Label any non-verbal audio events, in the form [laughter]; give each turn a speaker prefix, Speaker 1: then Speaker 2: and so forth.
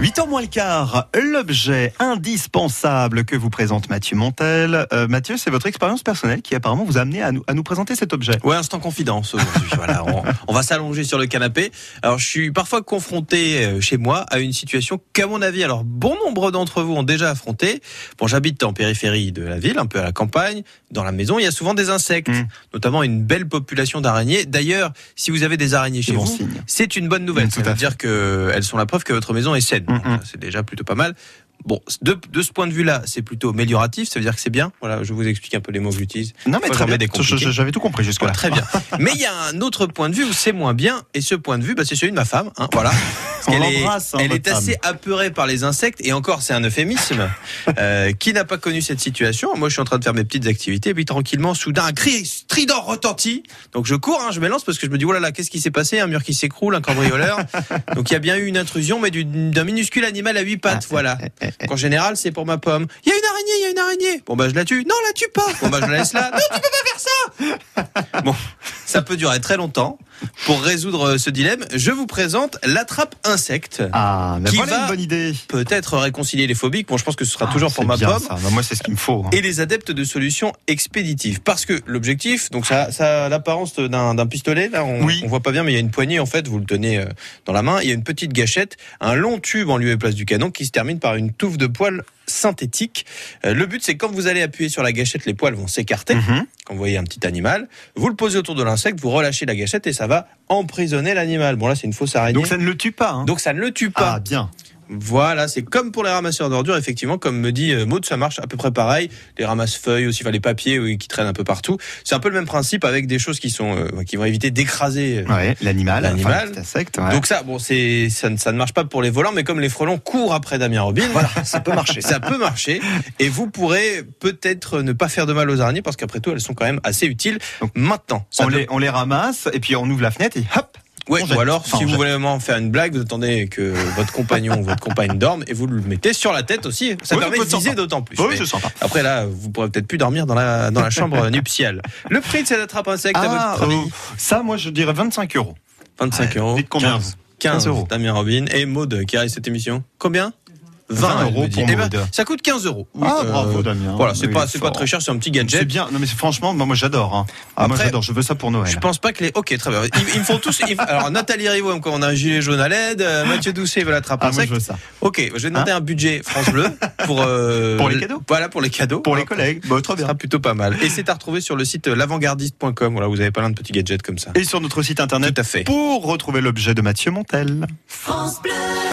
Speaker 1: 8h moins le quart, l'objet indispensable que vous présente Mathieu Montel. Euh, Mathieu, c'est votre expérience personnelle qui apparemment vous a amené à nous, à nous présenter cet objet.
Speaker 2: Ouais, instant
Speaker 1: [laughs]
Speaker 2: confidence aujourd'hui. voilà, on, on va s'allonger sur le canapé. Alors, je suis parfois confronté euh, chez moi à une situation qu'à mon avis, alors bon nombre d'entre vous ont déjà affronté. Bon, j'habite en périphérie de la ville, un peu à la campagne. Dans la maison, il y a souvent des insectes,
Speaker 1: Mm.
Speaker 2: notamment une belle population d'araignées. D'ailleurs, si vous avez des araignées chez
Speaker 1: bon
Speaker 2: vous,
Speaker 1: signe.
Speaker 2: c'est une bonne nouvelle.
Speaker 1: Mm, tout
Speaker 2: Ça
Speaker 1: à
Speaker 2: veut
Speaker 1: fait.
Speaker 2: dire qu'elles sont la preuve que votre maison est saine. Donc,
Speaker 1: Mm, mm.
Speaker 2: ça, C'est déjà plutôt pas mal. Bon, de, de ce point de vue-là, c'est plutôt amélioratif. Ça veut dire que c'est bien. Voilà, je vous explique un peu les mots que j'utilise.
Speaker 1: Non mais
Speaker 2: Faut
Speaker 1: très
Speaker 2: jamais
Speaker 1: bien,
Speaker 2: décompliquer.
Speaker 1: Je- je- j'avais tout compris jusque-là.
Speaker 2: Oh, Très
Speaker 1: [laughs]
Speaker 2: bien. Mais il y a un autre point de vue où c'est moins bien, et ce point de vue, bah, c'est celui de ma femme. hein,
Speaker 1: [laughs]
Speaker 2: voilà. Parce
Speaker 1: On
Speaker 2: qu'elle est,
Speaker 1: l'embrasse, hein,
Speaker 2: elle
Speaker 1: votre
Speaker 2: est assez apeurée par les insectes, et encore, c'est un
Speaker 1: [laughs]
Speaker 2: euphémisme. Euh, qui n'a pas connu cette situation Moi, je suis en train de faire mes petites activités, et puis tranquillement, soudain, un cri strident retentit. Donc je cours, hein, je m'élance parce que je me dis, oh là là, qu'est-ce qui s'est passé Un mur qui s'écroule, un cambrioleur. Donc il y a bien eu une intrusion, mais d'une- d'un minuscule animal à huit pattes,
Speaker 1: Ah,
Speaker 2: voilà.
Speaker 1: eh,
Speaker 2: En général, c'est pour ma pomme. Il y a une araignée, il y a une araignée. Bon bah je la tue. Non, la tue pas. Bon bah je la laisse là. Non, tu peux
Speaker 1: [laughs]
Speaker 2: pas faire ça. Bon, ça peut durer très longtemps. Pour résoudre euh, ce dilemme, je vous présente l'attrape insecte.
Speaker 1: Ah, mais
Speaker 2: Qui
Speaker 1: voilà
Speaker 2: va
Speaker 1: une bonne idée.
Speaker 2: Peut-être réconcilier les phobiques. Bon, je pense que ce sera toujours
Speaker 1: Ah,
Speaker 2: pour
Speaker 1: c'est
Speaker 2: ma
Speaker 1: bien,
Speaker 2: pomme
Speaker 1: ça. Bah, moi, c'est ce qu'il me faut. hein.
Speaker 2: et les adeptes de solutions expéditives. Parce que l'objectif, donc ça, ça a l'apparence d'un d'un pistolet, là on,
Speaker 1: Oui.
Speaker 2: on voit pas bien, mais il y a une poignée en fait, vous le tenez euh, dans la main, il y a une petite gâchette, un long tube en lieu et place du canon qui se termine par une touffe de poils synthétiques. Euh, le but c'est quand vous allez appuyer sur la gâchette, les poils vont s'écarter,
Speaker 1: Mhm.
Speaker 2: quand vous voyez un petit animal, vous le posez autour de l'insecte, vous relâchez la gâchette et ça va emprisonner l'animal. Bon là c'est une fausse araignée.
Speaker 1: Donc ça ne le tue pas. hein.
Speaker 2: Donc ça ne le tue pas.
Speaker 1: ah bien.
Speaker 2: Voilà, c'est comme pour les ramasseurs d'ordures, effectivement, comme me dit euh, Maud, ça marche à peu près pareil. Les ramasse-feuilles aussi, enfin les papiers oui, qui traînent un peu partout. C'est un peu le même principe avec des choses qui sont, euh, qui vont éviter d'écraser. euh.
Speaker 1: Ouais, l'animal. enfin,
Speaker 2: L'animal.
Speaker 1: le petit insecte. ouais.
Speaker 2: Donc ça, bon, c'est, ça, ne- ça ne marche pas pour les volants, mais comme les frelons courent après Damien Robin, voilà, ça peut marcher. [laughs] Ça peut marcher, et vous pourrez peut-être ne pas faire de mal aux araignées, parce qu'après tout, elles sont quand même assez utiles.
Speaker 1: Donc,
Speaker 2: Maintenant, ça
Speaker 1: on,
Speaker 2: ne-
Speaker 1: les, on les ramasse et puis on ouvre la fenêtre et hop.
Speaker 2: Ouais,
Speaker 1: on jette.
Speaker 2: ou alors,
Speaker 1: Enfin,
Speaker 2: si
Speaker 1: on
Speaker 2: vous
Speaker 1: jette.
Speaker 2: voulez vraiment faire une blague, vous attendez que votre compagnon ou votre compagne dorme et vous le mettez sur la tête aussi. Ça
Speaker 1: Oui,
Speaker 2: permet
Speaker 1: ça peut
Speaker 2: de
Speaker 1: être
Speaker 2: viser
Speaker 1: sympa.
Speaker 2: d'autant plus.
Speaker 1: Oh,
Speaker 2: Mais
Speaker 1: oui, je sens pas.
Speaker 2: Après là, vous pourrez peut-être plus dormir dans la, dans
Speaker 1: [laughs]
Speaker 2: la chambre nuptiale. Le prix de cette attrape insecte à
Speaker 1: Ah,
Speaker 2: votre avis
Speaker 1: euh, ça, moi, je dirais 25 euros.
Speaker 2: 25 euros.
Speaker 1: Dites combien
Speaker 2: 15,
Speaker 1: 15 euros.
Speaker 2: Damien Robin et Maud qui arrive cette émission. Combien
Speaker 1: 20
Speaker 2: elle me
Speaker 1: euros
Speaker 2: dit.
Speaker 1: pour
Speaker 2: Eh ben,
Speaker 1: Maud.
Speaker 2: ça coûte 15 euros. Oui,
Speaker 1: ah,
Speaker 2: euh,
Speaker 1: bravo, Damien.
Speaker 2: Voilà, c'est
Speaker 1: Il
Speaker 2: pas,
Speaker 1: est
Speaker 2: c'est pas
Speaker 1: fort.
Speaker 2: très cher, c'est un petit gadget.
Speaker 1: C'est bien. Non, mais c'est- franchement, moi, moi, j'adore. hein. Ah, moi,
Speaker 2: Après-
Speaker 1: j'adore. Je veux ça pour Noël.
Speaker 2: Je pense pas que les. Ok, très bien. Ils, ils me font tous. ils- Alors Nathalie Rivo, comme on a un gilet jaune à
Speaker 1: [laughs]
Speaker 2: LED, euh, Mathieu Doucet veut l'attrape
Speaker 1: Ah, moi,
Speaker 2: insecte.
Speaker 1: je veux ça.
Speaker 2: Ok, je vais demander un budget France Bleu pour
Speaker 1: [laughs]
Speaker 2: euh,
Speaker 1: Pour les cadeaux.
Speaker 2: Voilà pour les cadeaux.
Speaker 1: Pour les
Speaker 2: Hein,
Speaker 1: collègues. Bah, très
Speaker 2: Ça
Speaker 1: bien.
Speaker 2: sera plutôt pas mal. Et c'est à retrouver sur le site euh, l'avantgardiste.com. Voilà, vous avez plein de petits gadgets comme ça.
Speaker 1: Et sur notre site internet
Speaker 2: Tout à fait.
Speaker 1: pour retrouver l'objet de Mathieu Montel.